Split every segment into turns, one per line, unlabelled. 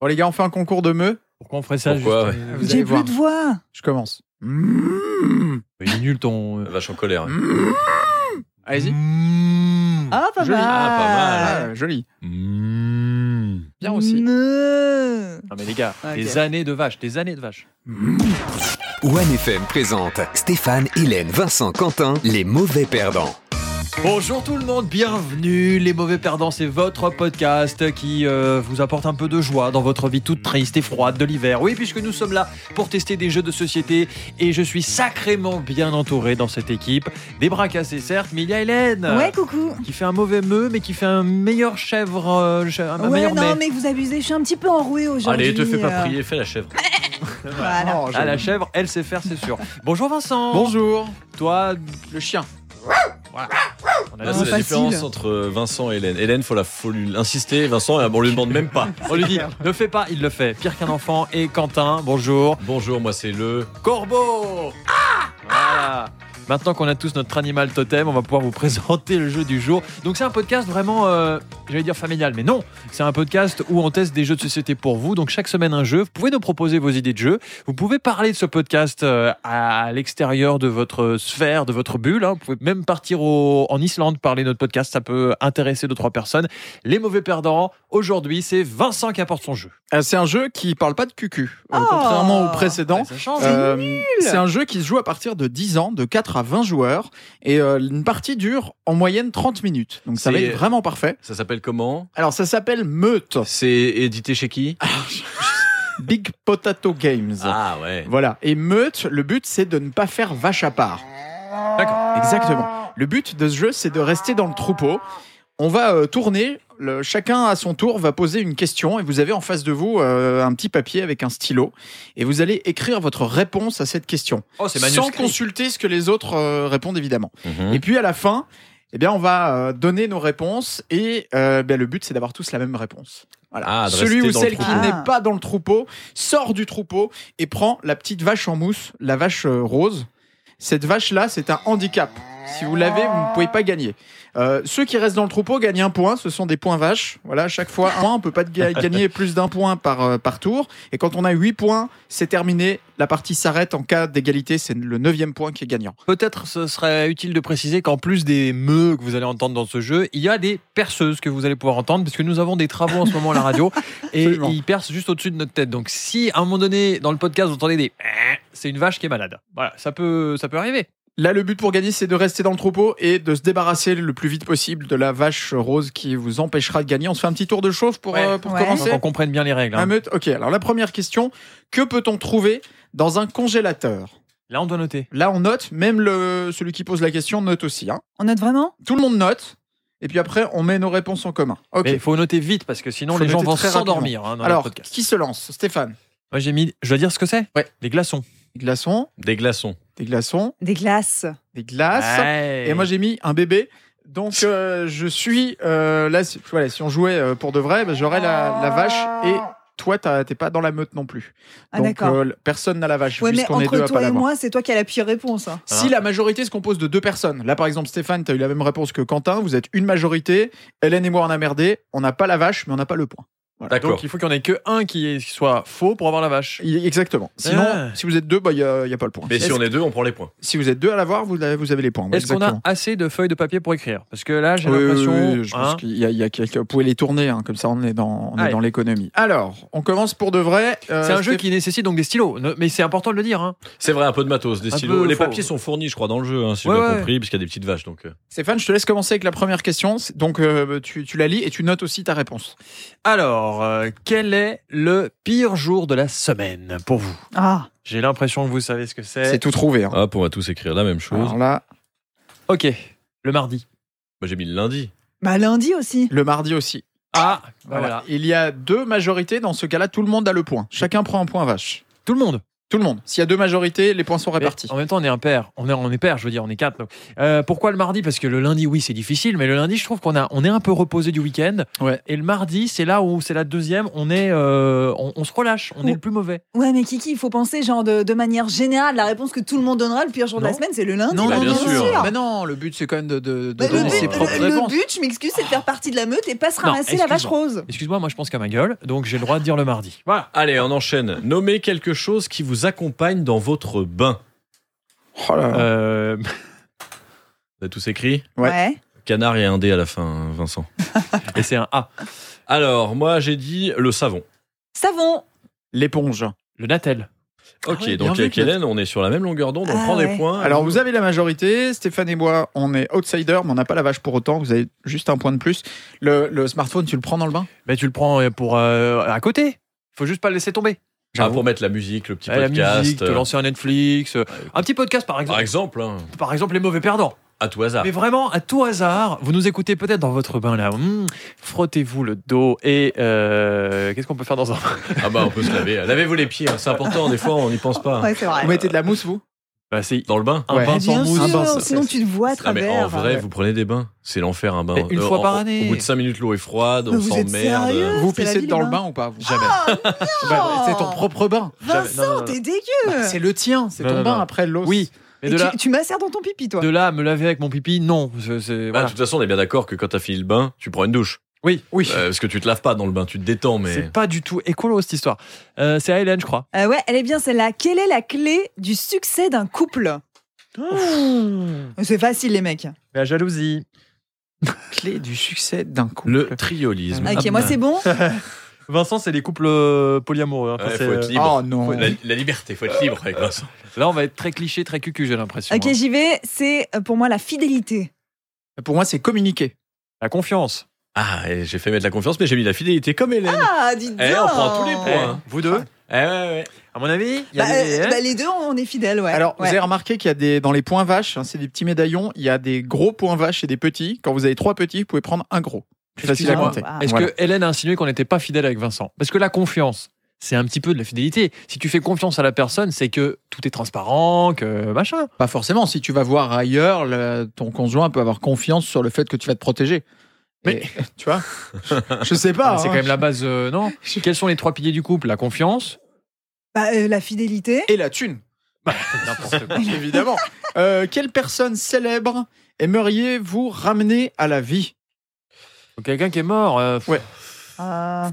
Bon, les gars, on fait un concours de meux.
Pourquoi on ferait ça
Pourquoi,
juste, euh,
Vous
J'ai
allez
plus
voir.
de voix.
Je commence. Mmh.
Il est nul ton. euh,
Vache en colère. hein.
Mmh. Allez-y.
mmh.
Ah, pas
Joli.
mal.
Ah, pas mal.
Ah, joli.
Mmh.
Bien aussi.
Meuh.
Non mais les gars,
Ok.
des années de vaches, des années de vaches.
Mmh.
OneFM présente Stéphane, Hélène, Vincent, Quentin, les mauvais perdants.
Bonjour tout le monde, bienvenue. Les mauvais perdants, c'est votre podcast qui euh, vous apporte un peu de joie dans votre vie toute triste et froide de l'hiver. Oui, puisque nous sommes là pour tester des jeux de société et je suis sacrément bien entouré dans cette équipe. Des bras cassés certes, mais il y a Hélène.
Ouais, coucou.
Qui fait un mauvais meuh, mais qui fait un meilleur chèvre, euh, che- un
Ouais,
meilleur
non,
mets.
mais vous abusez. Je suis un petit peu enrouée aujourd'hui.
Allez, te fais pas
euh,
prier, fais la chèvre.
Voilà.
Oh,
Ah,
joli.
la chèvre, elle sait faire, c'est sûr. Bonjour Vincent.
Bonjour.
Toi,
Le chien.
on a
Là,
la-
c'est Ah, la
facile.
différence entre Vincent et Hélène. Hélène, faut la faut lui insister. Vincent, hein, on lui demande même pas.
On lui dit, ne fais pas, il le fait. Pire qu'un enfant. Et Quentin, bonjour.
Bonjour, moi c'est le.
Corbeau Ah, Voilà. Maintenant qu'on a tous notre animal totem, on va pouvoir vous présenter le jeu du jour. Donc c'est un podcast vraiment, euh, j'allais dire familial, mais non, c'est un podcast où on teste des jeux de société pour vous. Donc chaque semaine un jeu, vous pouvez nous proposer vos idées de jeux, vous pouvez parler de ce podcast euh, à l'extérieur de votre sphère, de votre bulle. hein. Vous pouvez même partir au- en Islande parler de notre podcast, ça peut intéresser deux trois personnes. Les mauvais perdants, aujourd'hui c'est Vincent qui apporte son jeu.
Euh, c'est un jeu qui parle pas de cucu, euh,
Oh.
contrairement au précédent.
Ça change. hein.
Euh, c'est un jeu qui se joue à partir de 10 ans, de 4 à 20 joueurs, et euh, une partie dure en moyenne 30 minutes. Donc ça va
C'est-
être vraiment parfait.
Ça s'appelle comment
Alors ça s'appelle Meute,
C'est édité chez qui
Big Potato Games.
Ah ouais.
Voilà. Et Meute, le but c'est de ne pas faire vache à part. D'accord. Exactement. Le but de ce jeu c'est de rester dans le troupeau. On va euh, tourner. Le- chacun à son tour va poser une question et vous avez en face de vous euh, un petit papier avec un stylo et vous allez écrire votre réponse à cette question
Oh, c'est
sans
manuscrit.
consulter ce que les autres euh, répondent évidemment.
Mhm.
Et puis à la fin, eh bien on va euh, donner nos réponses et euh, ben, le but c'est d'avoir tous la même réponse. Voilà.
Ah, de
Celui
rester
ou
dans le
celle qui
troupeau. Ah.
n'est pas dans le troupeau sort du troupeau et prend la petite vache en mousse, la vache euh, rose. Cette vache là, c'est un handicap. Si vous l'avez, vous ne pouvez pas gagner. Euh, ceux qui restent dans le troupeau gagnent un point. Ce sont des points vaches. Voilà, à chaque fois un. point. On peut pas ga- gagner plus d'un point par euh, par tour. Et quand on a huit points, c'est terminé. La partie s'arrête en cas d'égalité. C'est le neuvième point qui est gagnant.
Peut-être ce serait utile de préciser qu'en plus des meux que vous allez entendre dans ce jeu, il y a des perceuses que vous allez pouvoir entendre, parce que nous avons des travaux en ce moment à la radio, et
Absolument.
ils percent juste au-dessus de notre tête. Donc si à un moment donné, dans le podcast, vous entendez des « c'est une vache qui est malade. Voilà, ça peut, ça peut arriver.
Là, le but pour gagner, c'est de rester dans le troupeau et de se débarrasser le plus vite possible de la vache rose qui vous empêchera de gagner. On se fait un petit tour de chauffe pour,
Ouais.
euh, pour
Ouais.
Faut
commencer.
qu'on comprenne bien les règles. hein.
La meute. Ok, alors la première question, que peut-on trouver dans un congélateur
Là, on doit noter.
Là, on note, même le, celui qui pose la question note aussi. hein.
On note vraiment
Tout le monde note, et puis après, on met nos réponses en commun. Ok.
Mais il faut noter vite, parce que sinon
Faut
les gens
noter
vont
très rapidement.
s'endormir hein, dans le
alors,
podcast.
qui se lance Stéphane.
Moi, j'ai mis... Je dois dire ce que c'est
Ouais.
Des glaçons.
Des glaçons,
Des glaçons.
des glaçons,
des glaces.
des glaces. Ah, Et moi, j'ai mis un bébé. Donc, euh, je suis. euh, là, si, voilà, si on jouait euh, pour de vrai, bah, j'aurais la, la vache et. Toi, t'as- t'es pas dans la meute non plus.
Ah,
Donc,
d'accord.
euh, personne n'a la vache,
Ouais, mais
puisqu'on est
entre
deux à pas
toi et
l'avoir.
moi, c'est toi qui as la pire réponse. hein.
Si la majorité se compose de deux personnes, là par exemple Stéphane, t'as eu la même réponse que Quentin, vous êtes une majorité, Hélène et moi on a merdé, on n'a pas la vache mais on n'a pas le point.
D'accord.
Donc il faut qu'il n'y en ait que un qui est- qui soit faux pour avoir la vache.
I- Exactement. Sinon,
Ah.
si vous êtes deux, il bah, n'y a, y a pas le point.
Mais si
Est-ce-
on est deux, on prend les points.
si vous êtes deux à l'avoir, vous, avez- vous avez les points. Ouais,
Est-ce qu'on a
exactement.
assez de feuilles de papier pour écrire Parce que là, j'ai
Oui,
l'impression.
oui, oui, je pense
hein,
qu'il y a, il y a quelques- Vous pouvez les tourner, hein, comme ça on est dans, on est
Allez.
dans l'économie. Alors, on commence pour de vrai. Euh,
c'est un jeu
Stéph-
qui nécessite donc des stylos, Ne- mais c'est important de le dire. hein.
C'est vrai, un peu de matos, des
Un
stylos.
peu
Les
faux.
papiers sont fournis, je crois, dans le jeu, hein, si
Ouais,
j'ai bien
ouais.
compris, parce qu'il y a des petites vaches. Donc, euh.
Stéphane, je te laisse commencer avec la première question. C'est- Donc euh, tu, tu la lis et tu notes aussi ta réponse.
Alors, euh, quel est le pire jour de la semaine pour vous
Ah,
J'ai l'impression que vous savez ce que c'est.
C'est tout trouvé. hein.
hop, on va Ah, tous écrire la même chose.
Ah.
Alors là,
Ok, le mardi.
Moi, j'ai mis le lundi.
bah lundi aussi.
le mardi aussi.
Ah, bah voilà.
Voilà. Il y a deux majorités. Dans ce cas-là, tout le monde a le point. Chacun prend un point vache.
Tout le monde.
Tout le monde. S'il y a deux majorités, les points sont
Mais
répartis.
En même temps, on est un pair. On est, on est pair, je veux dire, on est quatre. donc. Euh, pourquoi le mardi Parce que le lundi, oui, c'est difficile, mais le lundi, je trouve qu'on a, on est un peu reposé du week-end.
Ouais.
Et le mardi, c'est là où c'est la deuxième. On est, euh, on, on se relâche. On est
Ouh.
le plus mauvais.
Ouais, mais Kiki, il faut penser genre de, de manière générale. La réponse que tout le monde donnera le pire jour de
Non.
la semaine, c'est le lundi. hein,
Non, Bah, non, bien non, sûr. sûr.
Mais non, le but c'est quand même de, de- de
Bah, le,
donner
but,
ses propres
le- le
réponses.
but, je m'excuse, c'est de faire partie de la meute et pas se
Non,
ramasser la vache
excuse-moi.
rose.
Excuse-moi, moi, je pense qu'à ma gueule, donc j'ai le droit de dire le mardi. Voilà.
Allez, on enchaîne. Nommez quelque chose qui vous accompagne dans votre bain.
Oh là là.
Euh,
Vous avez tous écrit
Ouais.
Canard et un dé à la fin, hein, Vincent.
et c'est un A.
Alors, moi, j'ai dit le savon.
Savon.
L'éponge.
Le Natel.
Ok,
ouais, bien
donc
vu,
avec
Pierre.
Hélène, on est sur la même longueur d'onde, on
Ah
prend des
ouais.
points.
Alors vous avez la majorité, Stéphane et moi, on est outsider, mais on n'a pas la vache pour autant. Vous avez juste un point de plus. Le, le smartphone, tu le prends dans le bain
Mais tu le prends euh, pour euh, à côté. Faut juste pas le laisser tomber.
Ah,
j'avoue.
pour mettre la musique, le petit
Eh,
podcast.
la musique, te
euh,
lancer un Netflix, euh, un petit podcast par Ah.
Par
exemple.
exemple, hein,
Par exemple, les mauvais perdants.
à tout hasard.
Mais vraiment, à tout hasard, vous nous écoutez peut-être dans votre bain là. Hmm, Frottez-vous le dos et euh, qu'est-ce qu'on peut faire dans un bain
Ah bah, on peut se laver. Lavez-vous les pieds, hein, c'est important, des fois, on n'y pense pas. hein.
Ouais, c'est vrai.
Vous mettez de la mousse, vous
Bah, c'est
Dans le bain
un
Ouais.
bain sans
Eh Bien
mousse.
un bain,
sûr,
ça-
sinon tu te vois à
Ah, mais en
travers.
vrai, vous prenez des bains. C'est l'enfer, un bain. Euh,
Mais une fois
en-
par
en-
année.
Au bout de 5 minutes, l'eau est froide,
Mais
on
vous êtes sérieux
s'emmerde.
Vous
Ah, c'est la
pissez
vie, Ah,
dans
le
le bain ou pas vous
Jamais.
Bah, C'est ton propre bain.
Jamais. Non, non,
Vincent,
non.
t'es
Bah,
dégueu.
C'est le tien, c'est
Non,
ton
non,
bain
non.
après l'os.
Oui, mais
Et
de
tu,
là,
tu m'asserres dans ton pipi, toi.
de là à me laver avec mon pipi, non. C'est- c'est-
Bah,
voilà.
de toute façon, on est bien d'accord que quand t'as fini le bain, tu prends une douche.
Oui, oui.
Euh, parce que tu te laves pas dans le bain, tu te détends, mais.
C'est pas du tout écolo cette histoire. Euh, c'est à Hélène, je crois.
Euh, ouais, elle est bien celle-là. Quelle est la clé du succès d'un couple Ah. C'est facile, les mecs.
La jalousie.
Clé du succès d'un couple. Ah,
Le triolisme.
Ok, moi c'est bon.
Vincent, c'est les couples euh, polyamoureux. hein. Enfin,
Ouais,
c'est,
faut être
euh,
libre.
Oh non.
Faut- La, la liberté, faut être libre avec Vincent.
Là, on va être très cliché, très cucu, j'ai l'impression.
Ok,
hein.
j'y vais. C'est euh, pour moi la fidélité.
Pour moi, c'est communiquer.
La confiance.
Ah, et j'ai fait mettre la confiance, mais j'ai mis la fidélité comme Hélène.
Ah, dis donc.
Eh, on prend tous les points. Point.
hein. vous deux
Eh ouais, ouais.
À mon avis, il y a
Ah. Bah,
des-
euh, bah, les deux, on est fidèles, ouais.
Alors,
Ouais.
vous avez remarqué qu'il y a des, dans les points vaches, hein, c'est des petits médaillons, il y a des gros points vaches et des petits. Quand vous avez trois petits, vous pouvez prendre un gros. Plus facile à
Excusez-moi.
compter.
Ah,
Est-ce
Voilà.
que Hélène a insinué qu'on n'était pas fidèle avec Vincent Parce que la confiance, c'est un petit peu de la fidélité. Si tu fais confiance à la personne, c'est que tout est transparent, que machin.
Pas forcément. Si tu vas voir ailleurs, le- ton conjoint peut avoir confiance sur le fait que tu vas te protéger.
Mais-
Et- tu vois, je sais
Ah,
pas.
c'est
hein.
quand même la base, euh, non Quels sont les trois piliers du couple La confiance
bah, euh, la fidélité.
Et la thune,
N'importe quoi.
évidemment. Euh, quelle personne célèbre aimeriez-vous ramener à la vie
Donc, Quelqu'un qui est mort. euh, pff,
Ouais.
Euh,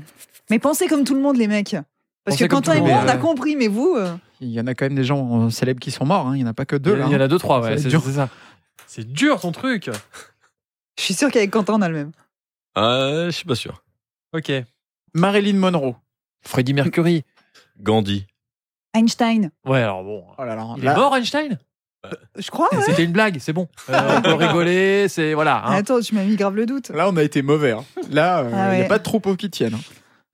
Mais pensez comme tout le monde, les mecs. Parce
Pensez
que
comme
Quentin
tout
et
le
moi,
monde,
on a
ouais.
compris, mais vous. euh,
Il y en a quand même des gens euh, célèbres qui sont morts. hein. Il y en a pas que deux.
il y
là,
en a deux, trois,
Ça va
ouais,
être
c'est
dur.
c'est ça. C'est dur ton truc.
Je suis sûre qu'avec Quentin, on a le même.
Euh, je suis pas sûr.
Ok.
Marilyn Monroe.
Freddie Mercury.
Gandhi.
Einstein.
Ouais, alors bon.
Oh là là.
Il
Là-
est mort, Einstein
Je crois, ouais.
C'était une blague, c'est bon. Euh, on peut rigoler, c'est. Voilà. hein.
Attends, tu m'as mis grave le doute.
Là, on a été mauvais. hein. Là, euh, il
Ah
n'y a
ouais.
pas de troupeau qui tienne. hein.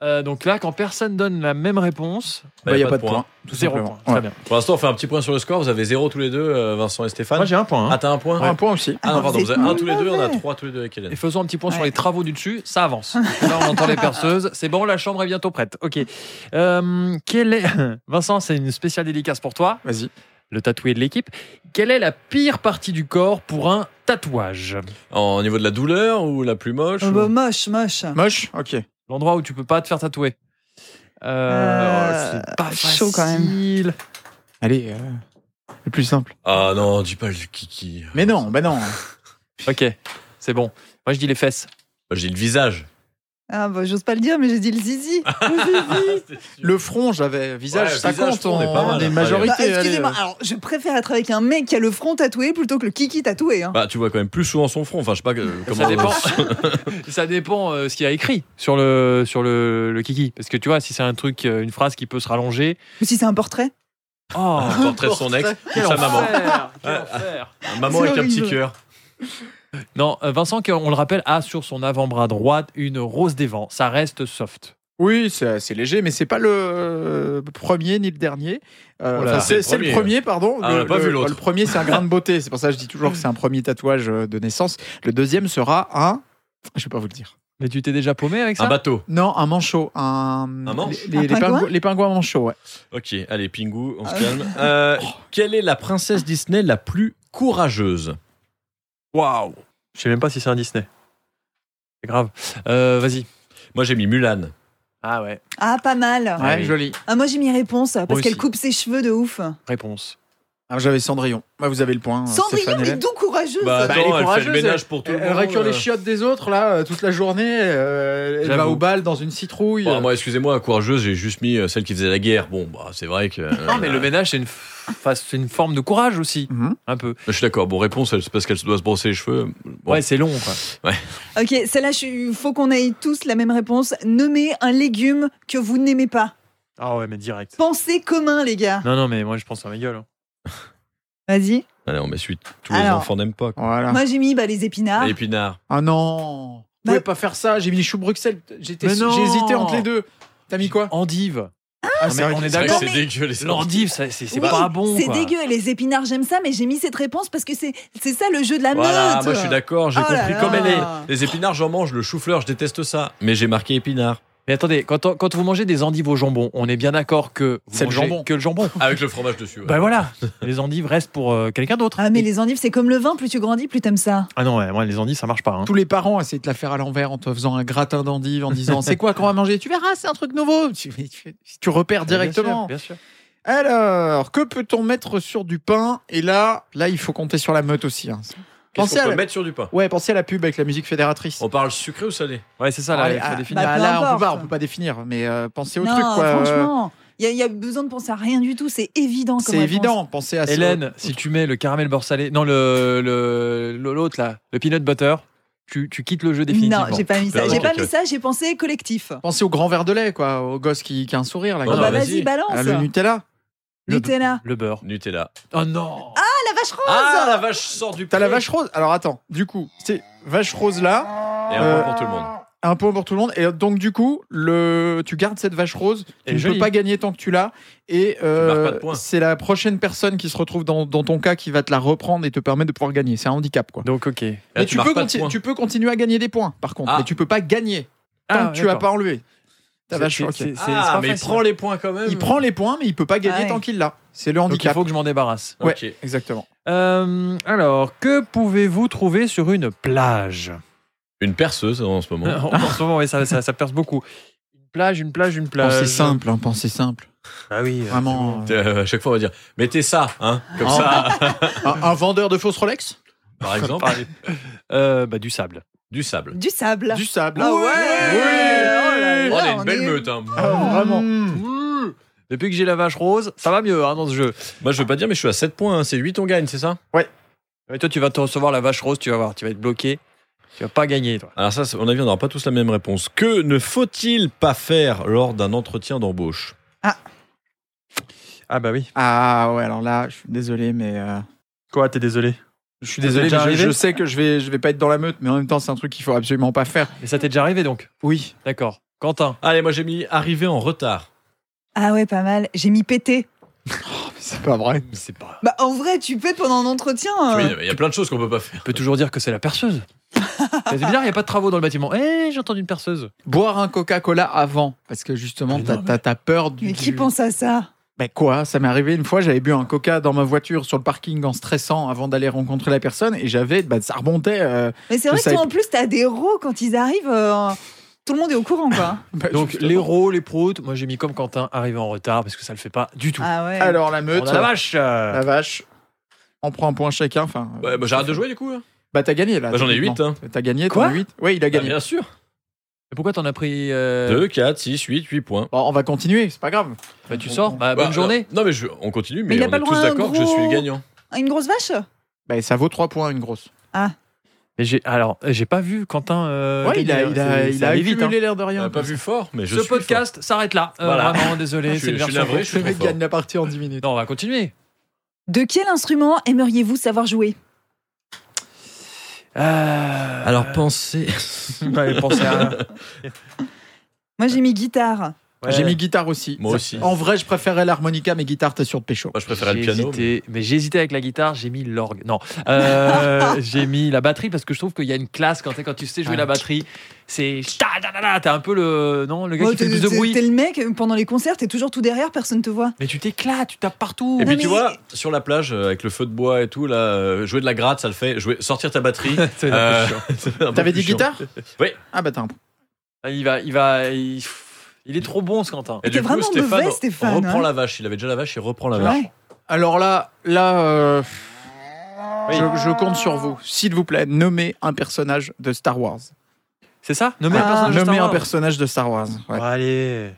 Euh, donc là, quand personne donne la même réponse,
Bah,
Bah,
il
y
n'y a, pas de point. Tout
zéro
simplement.
point. Très
Ouais.
bien.
Pour l'instant, on fait un petit point sur le score. Vous avez zéro tous les deux, euh, Vincent et Stéphane.
Moi, j'ai un point. hein.
ah, t'as un point
Un point aussi.
Ah non, pardon,
Vous
vous
êtes
avez un tous les deux, on a
mauvais.
trois tous les deux avec Hélène.
Et faisons un petit point sur
Ouais.
les travaux du dessus, ça avance. Là, on entend les perceuses. C'est bon, la chambre est bientôt prête. Ok. Euh, quel est... Vincent, c'est une spéciale dédicace pour toi,
Vas-y.
le tatoué de l'équipe. Quelle est la pire partie du corps pour un tatouage
En niveau de la douleur ou la plus moche
Oh,
ou-
bah, moche, moche.
Moche Ok.
L'endroit où tu peux pas te faire tatouer. Euh, oh,
Euh,
c'est pas
chaud quand même.
facile.
Allez, euh, le plus simple.
Ah non, dis pas le kiki.
Mais non, bah non.
Ok, c'est bon. Moi, je dis les fesses.
Bah, J'ai le visage.
Ah, bah, j'ose pas le dire, mais j'ai dit le zizi. Le zizi.
Le front, j'avais visage,
Ouais,
ça
visage,
compte.
front, on est pas mal,
est
hein.
majorité.
Bah,
allez,
excusez-moi,
euh,
alors je préfère être avec un mec qui a le front tatoué plutôt que le kiki tatoué. hein.
Bah, tu vois quand même plus souvent son front. Enfin, je sais pas que- comment.
Ça dépend. ça dépend euh, ce qu'il y a écrit sur le sur le, le kiki, parce que tu vois, si c'est un truc, euh, une phrase qui peut se rallonger.
Ou si c'est un portrait.
Oh,
Un portrait de son ex ou
quel
sa maman.
enfer, quel enfer.
Maman
C'est
avec un petit
horrible.
cœur.
Non, euh, Vincent, qui, on le rappelle, a sur son avant-bras droit une rose des vents. Ça reste soft.
Oui, c'est c'est léger, mais c'est pas le euh, premier ni le dernier. Euh,
Oh là,
enfin,
c'est
c'est
le
c'est le premier,
premier.
pardon.
Ah, on
le,
a pas
le-
vu l'autre.
le premier, c'est un grain de beauté. C'est pour ça que je dis toujours que c'est un premier tatouage euh, de naissance. Le deuxième sera un. Je vais pas vous le dire.
Mais tu t'es déjà paumé avec ça
Un bateau.
Non, un manchot. Un,
Un manche
les, les-
Un
les
pingouin
pingouins, les pingouins manchots, ouais.
Ok, allez, Pingu, on se calme. Euh, quelle est la princesse Disney la plus courageuse
Waouh Je sais même pas si c'est un Disney. C'est grave. Euh, Vas-y.
Moi, j'ai mis Mulan.
Ah ouais.
Ah, pas mal.
Ouais,
oui.
joli.
Ah, moi, j'ai mis réponse parce
Moi
qu'elle
aussi. Oh,
coupe ses cheveux de ouf.
Réponse.
Alors j'avais Cendrillon. Bah, vous avez le point. euh,
Cendrillon,
Stéphane
elle est
Hélène.
donc courageuse.
Bah,
elle est
attends, elle fait
courageuse,
le ménage pour tout
Elle,
le monde.
elle récure
euh.
les chiottes des autres, là, euh, toute la journée. euh, elle va
J'avoue.
au bal dans une citrouille.
Bon, Bah, moi, excusez-moi, courageuse, j'ai juste mis euh, celle qui faisait la guerre. Bon, bah, c'est vrai que. euh,
Ah,
Non, Ah, mais le ménage, c'est une, f- enfin, c'est une forme de courage aussi.
Mhm.
Un peu.
Je suis d'accord. Bon, réponse, elle- c'est parce qu'elle doit se brosser les cheveux. Bon.
Ouais, c'est long, quoi.
Ok, celle-là, je- il faut qu'on ait tous la même réponse. Nommez un légume que vous n'aimez pas.
Ah ouais, mais direct.
Pensez commun, les gars.
Non, non, mais moi, je pense à ma gueule. hein.
Vas-y.
Allez, on met suite. Tous les
Alors.
enfants n'aiment pas. quoi.
Voilà.
Moi, j'ai mis bah, les épinards.
Les pinards.
Ah non Vous
Bah-
pouvez pas faire ça, j'ai mis les choux Bruxelles. J'étais,
Mais
j'ai
non
hésité entre les deux. T'as mis quoi
Endive.
Ah,
mais on est
C'est vrai
d'accord.
que c'est
mais-
dégueu, les
L'endive, ça, c'est c'est
Oui,
pas bon.
C'est
quoi.
dégueu. Les épinards, j'aime ça, mais j'ai mis cette réponse parce que c'est c'est ça le jeu de la
Voilà,
meute.
moi je suis d'accord, j'ai
Oh là
compris.
là.
Comme elle est. Les épinards, j'en mange, le chou-fleur, je déteste ça. Mais j'ai marqué épinard.
Mais attendez, quand, on- quand vous mangez des endives au jambon, on est bien d'accord que vous
C'est le
mangez
jambon.
que le jambon.
Avec le fromage dessus. ouais.
Bah,
Ben voilà, les endives restent pour euh, quelqu'un d'autre.
Ah, mais les endives, c'est comme le vin. Plus tu grandis, plus t'aimes ça.
Ah non, ouais, moi, les endives, ça marche pas. hein.
Tous les parents essaient de la faire à l'envers en te faisant un gratin d'endive en disant c'est quoi qu'on va manger Tu verras, c'est un truc nouveau. Tu, tu- tu repères directement.
Ah, Bien sûr. bien sûr.
Alors, que peut-on mettre sur du pain Et là, là, il faut compter sur la meute aussi. hein.
Qu'est-ce
Pensez
qu'on
à
peut
la-
mettre Oh, sur du pain
Ouais, pensez à la pub avec la musique fédératrice.
On parle sucré ou salé
Ouais, c'est ça,
Ah,
là,
allez,
il faut
ah,
définir.
Bah,
bah,
peu
là, on peut,
importe.
pas, on peut pas définir, mais euh, pensez au
non,
truc, quoi. Euh,
franchement, il y, a- il y a besoin de penser à rien du tout. C'est évident. comme
C'est
réponse.
évident, pensez à ce-
Hélène, si tu mets le caramel beurre salé, non, le le- le- l'autre là, le peanut butter, tu, tu quittes le jeu définitivement.
Non, j'ai pas mis ça.
Pardon,
J'ai pas
ok.
mis ça. J'ai pensé collectif.
Pensez au grand verre de lait, quoi, au gosse qui, qui a un sourire, là.
Oh,
qui-
Oh, bah,
vas-y.
vas-y, balance.
Ah, le Nutella.
Le-
Nutella.
Le beurre.
Nutella.
Oh non
Ah, la vache rose.
Ah, la vache sort du
Oh, T'as la
pré.
vache rose. Alors attends, du coup, c'est vache rose là,
Et un
Euh,
point pour tout le monde.
un point pour tout le monde. Et donc du coup, le, tu gardes cette vache rose. Tu
Et
ne
joli.
peux pas gagner tant que tu l'as. Et euh,
marques pas de points.
c'est la prochaine personne qui se retrouve dans, dans ton cas qui va te la reprendre et te permettre de pouvoir gagner. C'est un handicap, quoi.
Donc, ok.
Là,
mais tu, peux
marques pas de
conti-
points.
tu peux continuer à gagner des points, par contre.
Ah.
Mais tu peux pas gagner tant que tu as pas enlevé. Ta
Ah, C'est-
vache
c'est-
ok.
c'est- c'est- c'est
Ah,
pas
mais il
facile.
prend les points quand même.
Il prend les points, mais il peut pas gagner
Ouais.
tant qu'il l'a. C'est le
Donc, il
handicap.
faut que je m'en débarrasse.
Ouais.
Ok.
Exactement.
Euh, alors, que pouvez-vous trouver sur une plage
Une perceuse en ce moment.
En ce moment, oui, ça, ça, ça perce beaucoup. Une plage, une plage, une plage.
Pensez simple, hein, pensez simple.
Ah oui. euh,
Vraiment. euh,
Euh, à chaque fois, on va dire mettez ça, hein, comme
Oh.
ça,
un, un vendeur de fausses Rolex
par
c'est bon.
exemple,
Parlez. Euh, bah, du sable.
du sable.
Du sable.
Du sable.
Ah ouais, Oh là
Oh,
là,
on est une belle
est-
meute. hein.
Ah, vraiment.
Mmh. Depuis que j'ai la vache rose, ça va mieux hein, dans ce jeu.
Moi, je veux pas dire, mais je suis à 7 points. hein. C'est 8, on gagne, c'est ça
Mais toi, tu vas te recevoir la vache rose, tu vas voir, tu vas être bloqué. Tu vas pas gagner, toi.
Alors, ça, c'est- à mon avis, on n'aura pas tous la même réponse. Que ne faut-il pas faire lors d'un entretien d'embauche
Ah bah oui.
Ah ouais, alors là, je suis désolé, mais. euh,
Quoi, t'es désolé
Je suis désolé,
déjà
mais je,
arrivé
je sais que je vais, je vais pas être dans la meute, mais en même temps, c'est un truc qu'il faut absolument pas faire.
Mais ça t'est déjà arrivé donc
Oui.
D'accord. Quentin.
Allez, moi, j'ai mis arriver en retard.
Ah ouais, pas mal. J'ai mis pété.
Oh, C'est pas vrai.
C'est pas.
Bah, en vrai, tu pètes pendant un entretien. euh.
Oui, mais il y a plein de choses qu'on peut pas faire.
On peut toujours dire que c'est la perceuse. c'est bizarre, il n'y a pas de travaux dans le bâtiment. Eh, j'ai entendu une perceuse.
Boire un Coca-Cola avant, parce que justement,
Mais
t'as
non,
t'as- t'as peur du.
Mais qui
du-
pense à ça
Ben quoi, ça m'est arrivé une fois, j'avais bu un Coca dans ma voiture sur le parking en stressant avant d'aller rencontrer la personne, et j'avais. Ben, ça remontait. euh,
Mais c'est
Je
vrai que
savais
toi, en plus, t'as des rots quand ils arrivent. euh, Tout le monde est au courant, quoi.
ben,
Donc,
justement.
les rôles, les proutes, moi j'ai mis comme Quentin, arrivé en retard parce que ça le fait pas du tout.
ah ouais.
Alors, la meute.
On a la vache euh,
Ah.
La vache. On prend un point chacun. Enfin, euh,
Ouais, bah, j'arrête de jouer, du coup. hein.
Bah, t'as gagné là.
Bah, j'en ai
techniquement. T'as gagné,
Quoi
t'en as 8. Ouais, il a
Bah,
gagné.
bien sûr.
Mais Pourquoi t'en as pris. euh,
2, 4, 6, 8, 8 points.
Bon, on va continuer, c'est pas grave.
Bah, tu sors Bah,
Bah,
Bonne journée.
Non, non, mais je- on continue, mais,
Mais il y a
on
pas
est
le
tous
droit à un
d'accord que je suis le
gros-
gagnant.
Une grosse vache
Bah, ça vaut 3 points, une grosse.
Mais j'ai alors euh, j'ai pas vu Quentin. euh,
ouais, il a,
gagner,
il
hein.
a,
C'est-
il
ça
a
allait vite, hein.
accumulé l'air de
On
rien.
n'a pas vu fort, mais je
Ce
suis fort.
podcast s'arrête là. Euh,
Voilà.
Vraiment
Je
désolé,
suis-
c'est une
je suis
version
navré,
courte.
je suis
Le
trop
mec
fort.
gagne la partie en 10 minutes.
Non, on va continuer.
De quel instrument aimeriez-vous savoir jouer
Euh,
Alors pensez.
ouais, pensez à-
Moi, j'ai mis guitare.
Ouais.
J'ai mis guitare aussi.
Moi aussi.
En vrai, je préférais l'harmonica, mais guitare, t'es sûr de pécho.
Moi, je préférais le
J'ai
piano. mais-
hésité, mais j'ai hésité avec la guitare, j'ai mis l'orgue. Non, Euh, j'ai mis la batterie parce que je trouve qu'il y a une classe quand, t'es- quand tu sais jouer
Ouais.
la batterie. C'est ta, ta, ta, ta, t'as un peu le non le gars
Oh,
qui fait
T'es
le plus de
t'es-
bruit.
t'es le mec, euh, pendant les concerts, t'es toujours tout derrière, personne te voit.
Mais tu t'éclates, tu tapes partout.
Et
Non,
puis tu
mais-
vois, sur la plage, euh, avec le feu de bois et tout, là, euh, jouer de la gratte, ça le fait. Jouer, sortir ta batterie.
C'est un peu
euh,
chiant.
c'est un peu
T'avais
plus
dit
chiant.
guitare
Oui.
Ah bah t'as un point.
Il va, il va, il, il est trop bon ce Quentin.
Et
T'es
du coup,
vraiment
Stéphane,
mauvais, Stéphane,
reprend
hein.
la vache. Il avait déjà la vache, il reprend
Ah,
la
bah,
vache.
Ouais.
Alors là, là, euh,
Oui.
je, je compte sur vous. S'il vous plaît, nommez un personnage de Star Wars.
C'est ça Nommez
Ah.
un personnage. de
nommez
Star
un
Wars.
personnage de Star Wars. ouais.
Bon, allez,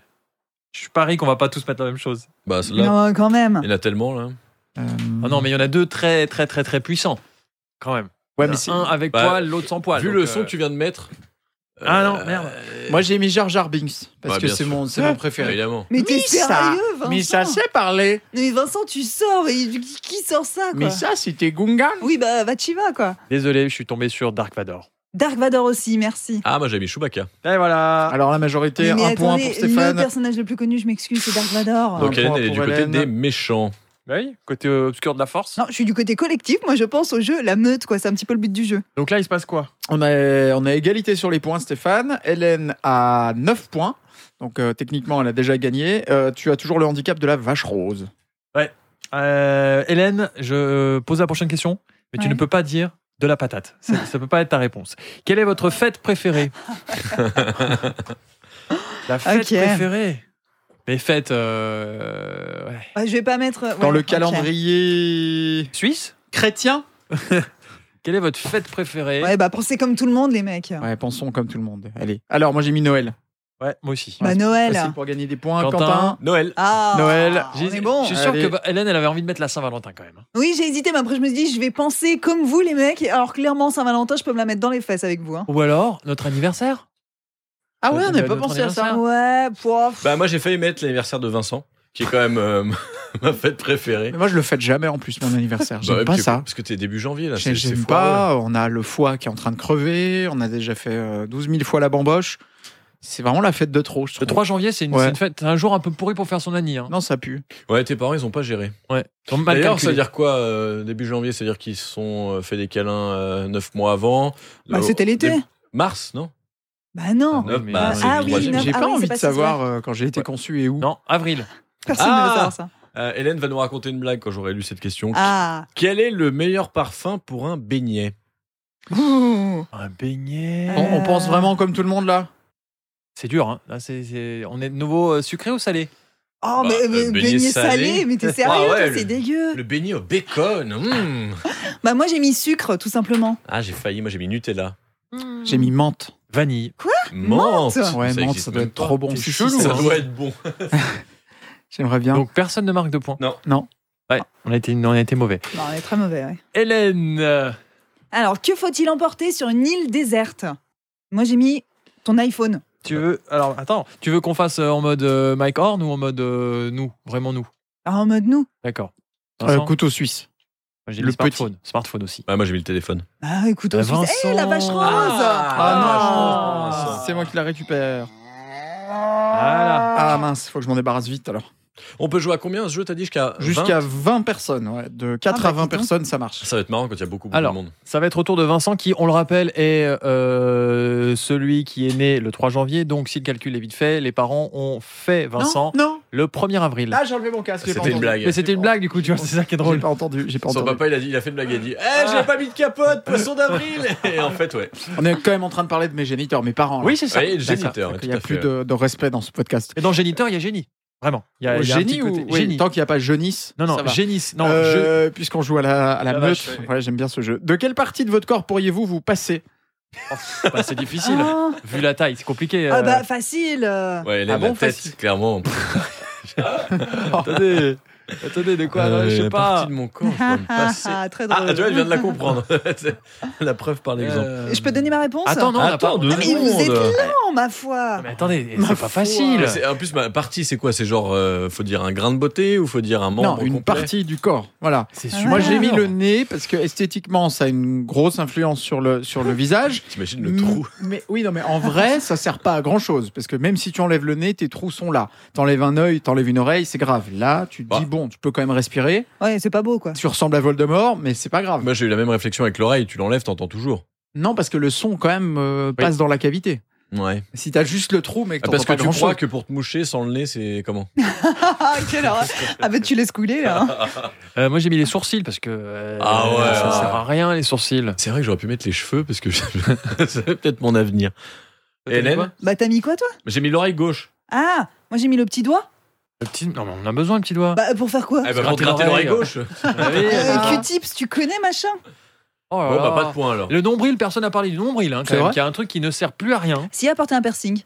je parie qu'on va pas tous mettre la même chose.
Bah, là,
Non, hein, quand même.
il y en a tellement, là.
Euh,
Oh non, mais il y en a deux très très très très puissants quand même.
ouais, mais c'est-
un avec
Bah,
poil, l'autre sans poil.
Vu
donc,
le
euh,
son que tu viens de mettre.
Ah
euh,
non, merde.
Moi j'ai mis Jar Jar Binks parce
Bah,
que
bien
c'est
sûr.
mon, c'est mon préféré.
Évidemment.
Mais t'es
Mais ça-
sérieux, Vincent
Mais ça sait parler.
Mais Vincent, tu sors, mais qui- qui sort ça, quoi
Mais ça c'était Gungan.
Oui, bah, va t'y va, quoi.
Désolé, je suis tombé sur Dark Vador.
Dark Vador aussi, merci.
Ah, moi, j'ai mis Chewbacca.
Et voilà.
Alors la majorité,
Mais
un
attendez,
point pour
le
Stéphane.
personnage le plus connu, je m'excuse, c'est Dark Vador.
Non.
Donc,
Un
Hélène,
point
elle est du
pour
côté
Hélène.
des méchants.
Bah oui, côté euh, obscur de la force.
Non, je suis du côté collectif, moi je pense au jeu, la meute, quoi, c'est un petit peu le but du jeu.
Donc là, il se passe quoi
On a, on a égalité sur les points, Stéphane. Hélène a 9 points. Donc euh, techniquement, elle a déjà gagné. Euh, tu as toujours le handicap de la vache rose.
Euh, Hélène, je euh, pose la prochaine question, mais tu
Ouais.
ne peux pas dire de la patate. Ça ne peut pas être ta réponse. Quelle est votre fête préférée La fête
Ok.
préférée Mes fêtes. euh, ouais.
Bah, je vais pas mettre. ouais,
Dans le
ok.
calendrier
Suisse
chrétien
Quelle est votre fête préférée
Ouais, bah pensez comme tout le monde, les mecs.
Ouais, pensons comme tout le monde. Allez. Alors, moi j'ai mis Noël.
Ouais, moi aussi.
Bah,
Facile
Noël.
pour gagner des points. Quentin.
Quentin.
Noël.
Ah,
Noël,
on est
J'ai-
bon.
Je suis sûr
Allez.
que bah, Hélène, elle avait envie de mettre la Saint-Valentin quand même. hein.
Oui, j'ai hésité, mais après je me suis dit, je vais penser comme vous, les mecs. Alors clairement, Saint-Valentin, je peux me la mettre dans les fesses avec vous. hein.
Ou alors, notre anniversaire
Ah ouais, on n'avait
Noël,
pas
notre
pensé à ça.
anniversaire.
Ouais, poif.
Bah, moi, j'ai failli mettre l'anniversaire de Vincent, qui est quand même euh, ma fête préférée.
Mais moi, je le fête jamais en plus, mon anniversaire.
Bah
J'aime
ouais,
pas
parce que-
ça.
Parce que t'es début janvier, là.
J'ai-
c'est- c'est
J'aime
foireux.
pas. On a le foie qui est en train de crever. On a déjà fait euh, 12 000 fois la bamboche. C'est vraiment la fête de trop, je
Le
trouve.
3 janvier, c'est une,
Ouais.
c'est une fête, c'est un jour un peu pourri pour faire son hein. anniversaire.
Non, ça pue.
Ouais, tes parents, ils ont pas géré. D'ailleurs, ça veut dire quoi euh, début janvier Ça veut dire qu'ils se sont euh, fait des câlins euh, neuf mois avant.
Bah,
Euh,
c'était l'été.
dé- Mars, non
Bah non.
Oui,
Neuf,
mais-
bah,
Ah,
c'est
ah
le
oui,
troisième.
neuf.
J'ai
ah
pas
oui,
envie
c'est
de
pas si
savoir euh, quand j'ai été
Ouais.
conçu et où.
Non, avril.
Personne ne
Ah.
veut savoir ça.
Euh, Hélène va nous raconter une blague quand j'aurai lu cette question.
Ah.
Quel est le meilleur parfum pour un beignet
Ouh.
Un beignet.
On, on pense
Euh.
vraiment comme tout le monde là.
Oh, C'est dur, hein. Là, c'est- c'est- On est de nouveau euh, sucré ou salé
Oh, mais,
euh,
mais
beignet
beignet salé,
salé.
mais t'es sérieux,
Ah ouais,
toi, c'est
le-
dégueu.
Le beignet au bacon. mm.
Bah moi j'ai mis sucre, tout simplement.
Ah, j'ai failli. Moi, j'ai mis Nutella.
J'ai mis menthe.
Vanille.
Menthe.
Ouais, menthe,
existe
ça doit
même
être
pas.
trop bon.
T'es
Si, si,
chelou,
ça
Ça
hein.
doit-
doit être bon.
J'aimerais bien.
Donc personne ne marque de points.
Non.
Non.
Ouais, on a été, on a été mauvais.
Non, on est très mauvais, ouais.
Hélène. euh,
Alors, que faut-il emporter sur une île déserte Moi j'ai mis ton iPhone.
Tu veux alors attends, tu veux qu'on fasse euh, en mode euh, Mike Horn ou en mode euh, nous, vraiment nous
Alors, en mode nous.
D'accord.
Euh,
Vincent
couteau suisse.
Moi, j'ai
le
le smartphone, smartphone aussi.
Ah, moi, j'ai mis le téléphone.
Ah écoute, on se dit,
Vincent.
Eh, la vache rose
Ah,
Ah.
non, c'est moi qui la récupère.
Voilà.
Ah mince, faut que je m'en débarrasse vite alors.
On peut jouer à combien à ce jeu T'as dit jusqu'à 20
Jusqu'à 20 personnes, ouais. De 4
Ah,
à
bah,
20
dis donc.
personnes, ça marche.
Ça va être marrant quand il y a beaucoup, beaucoup
Alors.
de monde.
Ça va être au tour de Vincent qui, on le rappelle, est euh, celui qui est né le 3 janvier. Donc si le calcul est vite fait, les parents ont fait Vincent
Non,
le 1er avril.
Ah, j'ai enlevé mon casque. j'ai
C'était
pas
une
entendu.
blague.
Mais c'était une blague du coup, tu vois, c'est ça qui
J'ai
est drôle.
pas entendu, j'ai pas
Son
entendu.
papa, il a, dit, il a fait une blague. Il a dit Eh,
Ah.
j'ai pas mis de capote, poisson d'avril Et en fait, ouais.
On est quand même en train de parler de mes géniteurs, mes parents. là.
Oui, c'est ça.
Oui, le
D'accord.
géniteur.
Donc,
tout
Il n'y a
à
plus
fait.
de, de respect dans ce podcast.
Et dans géniteur, il y a génie. Vraiment. Il y a, il y a un
génie
petit côté-
ou oui,
génie.
tant qu'il n'y a pas jeunisse.
Non, non,
ça va.
génisse. Non, je-
Euh, Puisqu'on joue à la, à la,
La
meute,
vache, ouais, ouais.
voilà, j'aime bien ce jeu. De quelle partie de votre corps pourriez-vous vous passer
bah, c'est difficile.
Ah,
Vu la taille, c'est compliqué.
Ah,
euh.
bah facile euh.
Ouais, Hélène,
Ah bon,
la tête,
facile. Oh,
clairement.
Attendez. Attendez, de quoi
Euh,
Je sais
la
pas.
partie de mon corps, je dois me passer.
Ah, très drôle.
Ah, tu vois, elle vient de la comprendre. C'est la preuve par l'exemple.
Euh,
Je peux donner ma réponse
Attends, non, on n'a pas.
Attends, Ah, deux
Ah, mais vous êtes
secondes.
lent, ma foi.
Mais attendez,
Ma
c'est pas
foi.
facile.
Mais Ah, c'est- En plus, ma partie, c'est quoi C'est genre, euh, faut dire un grain de beauté ou faut dire un membre
Non, une
complet
partie du corps. Voilà.
C'est
Ah,
super.
Moi, j'ai mis
Alors.
le nez parce que esthétiquement, ça a une grosse influence sur le, sur le visage.
T'imagines le trou
Mm, Mais oui, non, mais en vrai, ça sert pas à grand chose parce que même si tu enlèves le nez, tes trous sont là. T'enlèves un œil, t'enlèves une oreille, c'est grave. Là, tu te
Bah.
dis bon, tu peux quand même respirer.
Ouais, c'est pas beau, quoi.
Tu ressembles à Voldemort, mais c'est pas grave.
Moi, j'ai eu la même réflexion avec l'oreille. Tu l'enlèves, t'entends toujours.
Non, parce que le son quand même euh, passe dans la cavité.
Ouais.
Si t'as juste le trou, mais que
Ah, parce
t'entends
que
pas
tu
grand
crois
chose.
que pour te moucher sans le nez, c'est comment
Ah, quelle horreur. Ah, bah, tu laisses couler, là. hein.
Euh, moi, j'ai mis les sourcils parce que euh,
Ah ouais,
ça
ouais.
sert à rien les sourcils.
C'est vrai que j'aurais pu mettre les cheveux parce que c'est peut-être mon avenir. Et Hélène
Bah, t'as mis quoi, toi
J'ai mis l'oreille gauche.
Ah, moi, j'ai mis le petit doigt.
Le petit- Non, mais on a besoin le petit doigt.
Bah, pour faire quoi
Eh
se
ben, pour
gratter
te gratter
l'oreille.
l'oreille gauche.
Ah
bah,
oui,
Euh,
ah.
Q-tips, tu connais, machin
Oh là
Bon, bah,
là.
pas de point alors.
Le nombril, personne n'a parlé du nombril. Hein,
C'est
quand même,
vrai
qui a un truc qui ne sert plus à rien.
Si, à porter un piercing.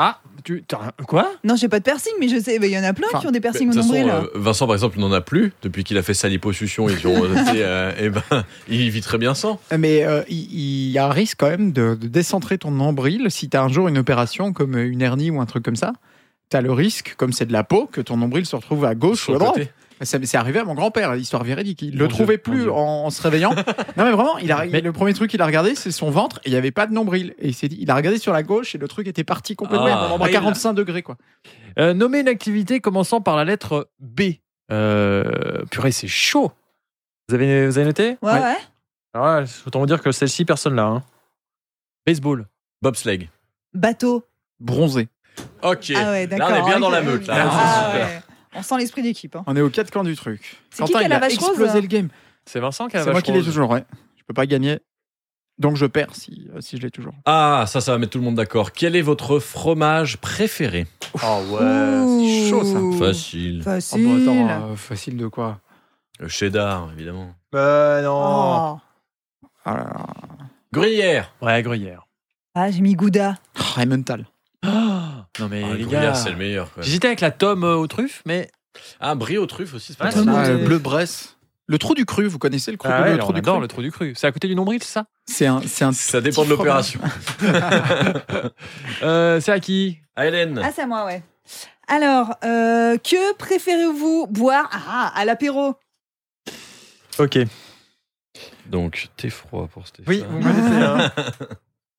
Ah, tu t'as un- quoi
Non, j'ai pas de piercing, mais je sais, bah, il y en a plein
Enfin,
qui ont des
De
piercings au
toute façon,
nombril. là.
euh, Vincent, par exemple, n'en a plus depuis qu'il a fait sa liposuction. Ils ont, euh, tu sais, euh, eh ben, il vit très bien sans.
Mais euh, il il y a un risque quand même de, de décentrer ton nombril si t'as un jour une opération comme une hernie ou un truc comme ça. T'as le risque, comme c'est de la peau, que ton nombril se retrouve à gauche ou
Sur
à
le
droite.
côté.
Mais ça- C'est arrivé à mon grand-père, l'histoire véridique. Il
Mon
le
Dieu,
trouvait
mon
plus
Dieu.
en, en se réveillant. non mais vraiment, il a,
Mais-
le premier truc qu'il a regardé, c'est son ventre et il n'y avait pas de nombril. Et il s'est dit, il a regardé sur la gauche et le truc était parti complètement
Ah,
à
nombril.
45 degrés quoi.
Euh, Nommer une activité commençant par la lettre B. Euh, purée, c'est chaud. Vous avez, vous avez noté
Ouais, ouais.
Ah ouais, autant vous dire que celle-ci, personne là. hein. Baseball.
Bobsleigh.
Bateau.
Bronzé.
Ok.
Ah ouais,
là,
d'accord.
on est bien
hein,
dans la
que-
meute. Là.
Ah
Super.
ouais. On sent l'esprit d'équipe. hein.
On est aux quatre coins du truc.
C'est qui
Quentin,
qui a
il
la
a
vache rose,
explosé
là
le game.
C'est Vincent qui a Ah, la
C'est moi
vache
qui l'ai
rose.
toujours, ouais. Je peux pas gagner. Donc je perds si, euh, si je l'ai toujours.
Ah, ça, ça va mettre tout le monde d'accord. Quel est votre fromage préféré
Oh
c'est chaud, ça.
Ouh.
Facile.
Oh,
Facile.
Ah,
bah,
hein.
attends, euh, facile de quoi
Le cheddar, évidemment.
Bah non.
Oh.
Ah là là.
Gruyère.
Ouais, gruyère.
Ah, j'ai mis Gouda.
Ah, Emmental.
non mais
Ah,
les
gruyère,
gars.
c'est le meilleur. Quoi.
J'hésitais avec la tome euh, aux truffes, mais
Ah, brie aux truffes aussi, c'est
Ah,
pas
c'est
mal.
bon.
Ah,
c'est-
le bleu bresse. Le trou du cru, vous connaissez le, cru,
Ah ouais,
le
on
trou du
adore
cru
le trou du cru. C'est à côté du nombril, c'est ça
C'est un, c'est un
Ça dépend de l'opération.
Euh, C'est à qui
Ah, Hélène.
Ah, c'est à moi, ouais. Alors, euh, que préférez-vous boire ah, à l'apéro
Ok.
Donc, t'es froid pour Stéphane.
Oui, vous connaissez. hein.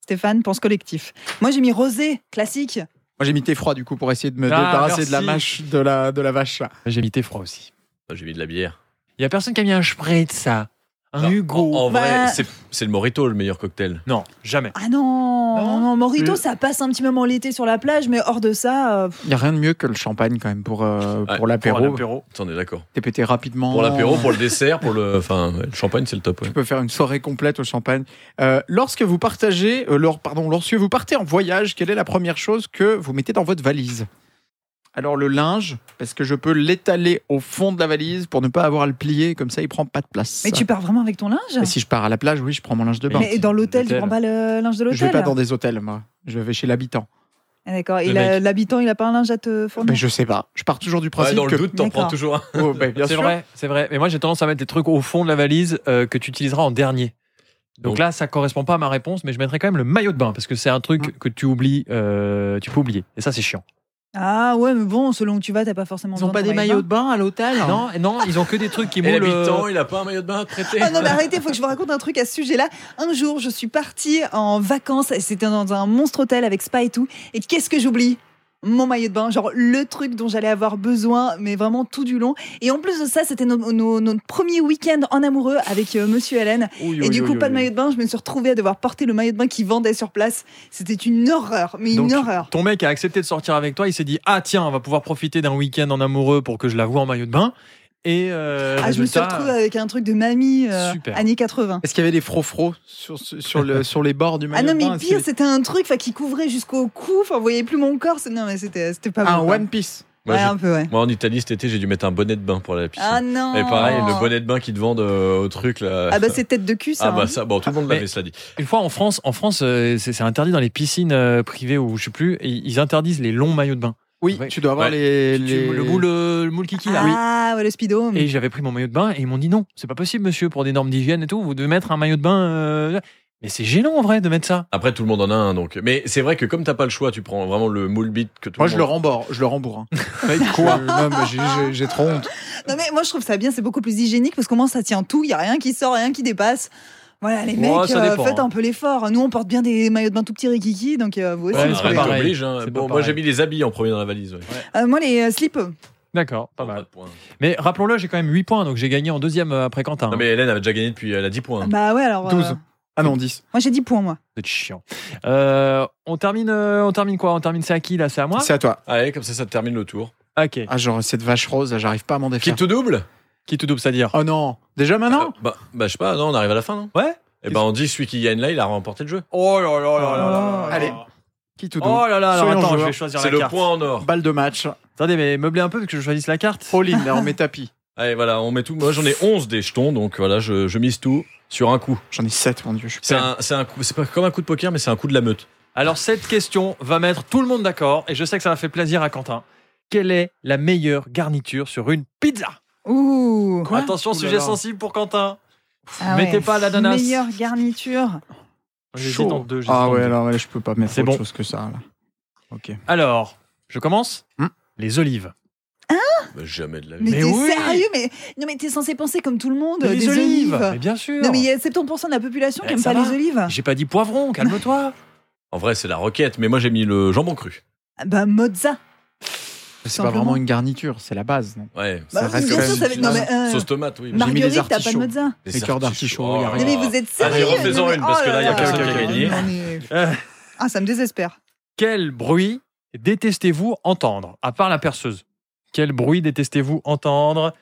Stéphane pense collectif. Moi, j'ai mis rosé, classique.
Moi, j'ai mis thé froid du coup pour essayer de me
Ah,
débarrasser de la
merci.
mâche de la de la vache. là.
J'ai mis froid aussi.
Ah, J'ai mis de la bière.
Il y a personne qui a mis un spritz, ça. Un
Non,
Hugo.
En, en
Bah-
vrai, c'est- c'est le Morito le meilleur cocktail.
Oh, Non, jamais.
Ah non,
Non.
non, Morito,
Euh.
ça passe un petit moment l'été sur la plage, mais hors de ça, euh, pff,
Il y a rien de mieux que le champagne quand même pour euh,
Ouais,
pour l'apéro.
T'en es d'accord.
T'es pété rapidement.
Pour l'apéro, pour le dessert, pour le. Enfin, ouais, le champagne, c'est le top. ouais.
Tu peux faire une soirée complète au champagne. Euh, lorsque vous partagez, euh, lors- pardon, lorsque vous partez en voyage, quelle est la première chose que vous mettez dans votre valise Alors le linge, parce que je peux l'étaler au fond de la valise pour ne pas avoir à le plier, comme ça il prend pas de place.
mais tu pars vraiment avec ton linge
Mais si je pars à la plage, oui, je prends mon linge de bain.
Mais dans l'hôtel, tu
L'hôtel.
prends pas le linge de
Je vais
l'hôtel
pas dans des hôtels, moi. Je vais chez l'habitant.
Ah, D'accord,
Le
Et la- l'habitant, il a pas un linge à te
Mais
fournir
je sais pas. Je pars toujours du
Ouais,
principe
dans le
que.
doute, t'en
D'accord.
prends toujours un.
Oh, ben, bien
C'est
sûr.
vrai, c'est vrai. Mais moi, j'ai tendance à mettre des trucs au fond de la valise euh, que tu utiliseras en dernier. Donc,
Donc-
là, ça correspond pas à ma réponse, mais je mettrai quand même le maillot de bain parce que c'est un
Hein
truc que tu oublies, euh, tu peux oublier. Et ça, c'est chiant.
Ah ouais, mais bon, selon où tu vas, t'as pas forcément
Ils ont
besoin
pas
de
des
ton
maillots
maillot
de bain à l'hôtel
Non, non, ils ont que des trucs qui
Et
moulent.
l'habitant,
euh,
il a pas un maillot de bain à te prêter.
Ah non, mais arrêtez, faut que je vous raconte un truc à ce sujet-là. Un jour, je suis partie en vacances, et c'était dans un monstre hôtel avec spa et tout, et qu'est-ce que j'oublie mon maillot de bain, genre le truc dont j'allais avoir besoin, mais vraiment tout du long. Et en plus de ça, c'était nos- nos- notre premier week-end en amoureux avec euh, Monsieur Allen.
ouille,
Et
ouille,
du coup,
ouille,
pas de
ouille.
maillot de bain. Je me suis retrouvée à devoir porter le maillot de bain qu'ils vendaient sur place. C'était une horreur, mais
Donc,
une horreur.
Ton mec a accepté de sortir avec toi. Il s'est dit ah tiens, on va pouvoir profiter d'un week-end en amoureux pour que je la voie en maillot de bain. Et euh,
Ah, je me suis
résultat,
retrouvée avec un truc de mamie euh,
Super.
années 80.
Est-ce qu'il y avait des frofros sur, sur, le, sur les bords du
Ah
maillot
non,
de bain
mais pire,
Est-ce
c'était un truc 'fin, qui couvrait jusqu'au cou. Enfin, on voyait plus mon corps. C'est- Non, mais c'était euh, c'était pas
qu'il y avait- Un
bon. quoi.
Ah, One Piece.
Moi,
Ouais,
j'ai-
un peu, ouais.
Moi, en Italie, cet été, j'ai dû mettre un bonnet de bain pour aller à la piscine.
Ah non.
Et pareil, le bonnet de bain qu'ils te vendent euh, au truc là.
Ah bah, c'est tête de cul, ça.
Ah bah
hein.
ça, bon, tout le monde
Mais-
l'avait, cela dit.
Une fois en France, en France, euh, c'est c'est interdit dans les piscines euh, privées ou je sais plus, et ils interdisent les longs maillots de bain.
Oui,
Ouais.
tu dois avoir
Ouais.
les,
Tu-
les-
Le moule, euh, le moule kiki là.
Ah, ouais, le speedo.
Et j'avais pris mon maillot de bain et ils m'ont dit non, c'est pas possible monsieur pour des normes d'hygiène et tout, vous devez mettre un maillot de bain. euh, Mais c'est gênant en vrai de mettre ça.
Après, tout le monde en a un, donc. Mais c'est vrai que comme t'as pas le choix, tu prends vraiment le moule bit que tout
Moi,
le
je
monde.
le rembourse. Je le rembourre. Quoi Non, mais j'ai- j'ai- J'ai trop honte.
Non, mais moi, je trouve ça bien, c'est beaucoup plus hygiénique parce qu'au moins, ça tient tout, il n'y a rien qui sort, rien qui dépasse. Voilà, les
Ouais,
mecs,
ça
euh,
dépend,
faites
hein.
un peu l'effort. Nous, on porte bien des maillots de bain tout petits rikiki, donc euh, vous aussi.
Ouais,
vous
c'est
Arrête,
pouvez.
pas pareil.
t'obliges, hein.
C'est
Bon,
pas
moi
pareil.
j'ai mis les habits en premier dans la valise. ouais.
Euh, moi, les euh, slips.
D'accord, pas
Pas
mal.
de points.
Mais rappelons-le, j'ai quand même 8 points, donc j'ai gagné en deuxième euh, après Quentin.
Non, mais Hélène avait déjà gagné depuis. Elle a 10 points.
Bah ouais, alors. euh,
12. Ah non, 10.
moi, j'ai 10 points, moi.
Vous êtes chiant. Euh, on termine, euh, on termine quoi On termine c'est à qui là C'est à moi
C'est à toi.
Allez, Ah comme ça, ça termine le tour.
Ok.
Ah, genre, cette vache rose, là, j'arrive pas à m'en
Qui
défaire.
te double
Qui te double, c'est-à-dire
Oh non. Déjà maintenant
Euh, bah, bah, je sais pas, non, on arrive à la fin, non
Ouais.
Et ben on dit celui qui gagne là, il a remporté le jeu.
Oh là là là là là. là.
Allez. Qui te
Oh là là. Alors,
Soyons
attends, je
joueurs.
vais choisir
C'est
la
le
carte.
point en or.
Balle de match.
Attendez, mais meublez un peu parce que je choisisse la carte.
All in, là, on met tapis.
Allez, voilà, on met tout. Moi, j'en ai 11 des jetons, donc voilà, je, je mise tout sur un coup.
J'en ai 7, mon dieu. je suis
C'est
perdu.
un, c'est un coup, c'est pas comme un coup de poker, mais c'est un coup de la meute.
Alors cette question va mettre tout le monde d'accord et je sais que ça va fait plaisir à Quentin. Quelle est la meilleure garniture sur une pizza
Ouh.
Attention,
Ouh là
sujet
là.
sensible pour Quentin.
Ah
Mettez pas l'ananas.
Meilleure garniture.
J'hésite en deux. j'hésite
Ah
en
ouais,
deux.
alors ouais, je peux pas mettre
C'est
autre
bon.
chose que ça. Là. Ok.
Alors, je commence.
Hmm.
Les olives.
Bah, jamais de la
Mais,
Mais
vie.
t'es
oui.
sérieux mais... Non, mais t'es censé penser comme tout le monde.
Les
des olives.
Mais bien sûr.
Non, mais il y a 70% de la population qui
Eh,
aime
ça
pas
va.
les olives.
J'ai pas dit poivron, calme-toi.
En vrai, c'est la roquette, mais moi j'ai mis le jambon cru.
Ah Bah, mozza.
C'est pas
Simplement.
vraiment une garniture, c'est la base. non
Ouais.
Ça
Bah,
reste
bien
quand
sûr,
même
ça va être. Non, mais. euh,
Sauce tomate, oui.
mis des
Marguerite, t'as pas de
artichauts.
mozza.
Des
les cœurs d'artichaut,
artichauts.
il y a
Oh,
rien.
Non, mais vous êtes
Ah,
sérieux
Jérôme, fais-en
Non, mais-
une, parce que là, il y a
oh
personne
là
qui a
là.
gagné.
Non, mais-
Euh,
Ah, ça me désespère.
Quel bruit détestez-vous entendre À part la perceuse. Quel bruit détestez-vous entendre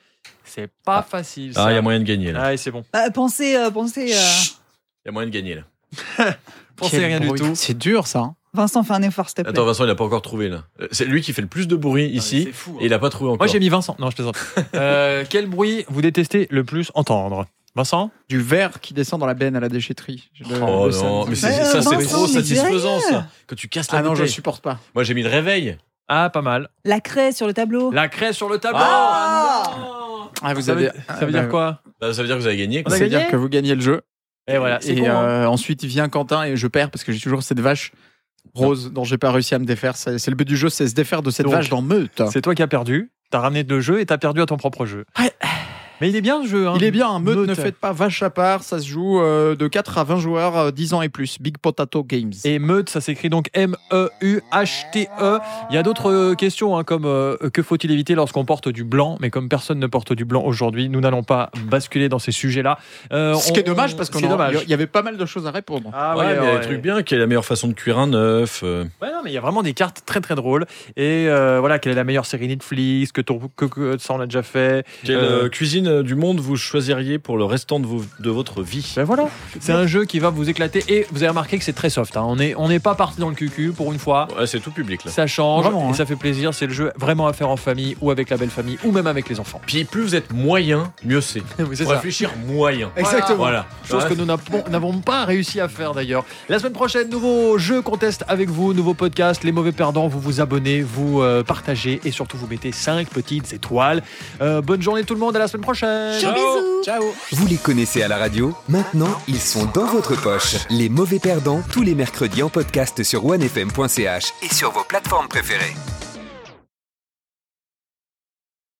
C'est pas
Ah.
facile. Ça.
Ah, il y a moyen de gagner là.
Ah, et c'est bon.
Bah, pensez, euh, pensez. euh,
Il y a moyen de gagner là.
Pensez
Quel
rien
bruit.
du tout. Ah,
C'est dur ça. hein.
Vincent, fais un effort, s'il te plaît.
Attends, Vincent, il a pas encore trouvé là. Euh, C'est lui qui fait le plus de bruit ici, et il a pas trouvé encore.
hein. Moi j'ai mis Vincent. Non, je plaisante. Euh, quel bruit vous détestez le plus entendre Vincent
Du verre qui descend dans la benne à la déchetterie. Je- le-
Oh
le
non,
samedi.
mais
Mais,
c'est-
euh,
ça c'est
Vincent,
trop
mais dis
satisfaisant
rien.
ça. Quand tu casses la
Ah non, je
bouteille.
supporte pas.
Moi j'ai mis le réveil.
Ah, pas mal.
La craie sur le tableau.
La craie sur le tableau.
Ah
Non
Ah, vous
ça,
avez...
veut, ça veut dire quoi
Bah, ça veut dire que vous avez gagné. quoi.
On a
Ça veut dire
gagné
que vous gagnez le jeu.
Et voilà, c'est
Et
con, hein.
euh, ensuite vient Quentin et je perds parce que j'ai toujours cette vache rose dont j'ai pas réussi à me défaire. C'est c'est le but du jeu, c'est se défaire de cette
Donc,
vache dans meute.
C'est toi qui as perdu. T'as ramené le jeu et t'as perdu à ton propre jeu.
Ouais.
Mais il est bien ce jeu. hein.
Il est bien, hein, meute, ne
Meute.
faites pas vache à part, ça se joue euh, de 4 à 20 joueurs, euh, 10 ans et plus. Big Potato Games.
Et Meute, ça s'écrit donc E M-E-U-H-T-E. Il y a d'autres euh, questions hein, comme euh, que faut-il éviter lorsqu'on porte du blanc, mais comme personne ne porte du blanc aujourd'hui, nous n'allons pas basculer dans ces sujets-là. Euh,
Ce qui est
on-
dommage parce
c'est dommage.
qu'il y avait pas mal de choses à répondre.
Ah
ouais, mais il y a
ouais.
des trucs bien. Quelle est la meilleure façon de cuire un œuf euh,
Ouais, non, mais il y a vraiment des cartes très très drôles. Et euh, voilà, quelle est la meilleure série Netflix Que, ton- que- que- ça on l'a déjà fait.
Quelle
Euh,
euh, cuisine euh, du monde vous choisiriez pour le restant de, vos- de votre vie
Ben voilà, c'est un jeu qui va vous éclater. Et vous avez remarqué que c'est très soft. hein. On n'est on n'est pas parti dans le cucu pour une fois.
Ouais, c'est tout public là.
Ça change
Vraiment,
et
hein.
ça fait plaisir. C'est le jeu vraiment à faire en famille ou avec la belle famille ou même avec les enfants.
Puis plus vous êtes moyen, mieux c'est.
Oui, c'est
Faut
ça.
réfléchir moyen.
Exactement.
Voilà.
Chose
Ouais.
que nous n'avons- n'avons pas réussi à faire d'ailleurs. La semaine prochaine, nouveau jeu contest avec vous, nouveau podcast, les mauvais perdants, vous vous abonnez, vous euh, partagez et surtout vous mettez 5 petites étoiles. Euh, bonne journée tout le monde, à la semaine prochaine.
Ciao, bisous.
Ciao
Vous les connaissez à la radio Maintenant, ils sont dans votre poche. Les mauvais perdants, tous les mercredis en podcast sur onefm.ch et sur vos plateformes préférées.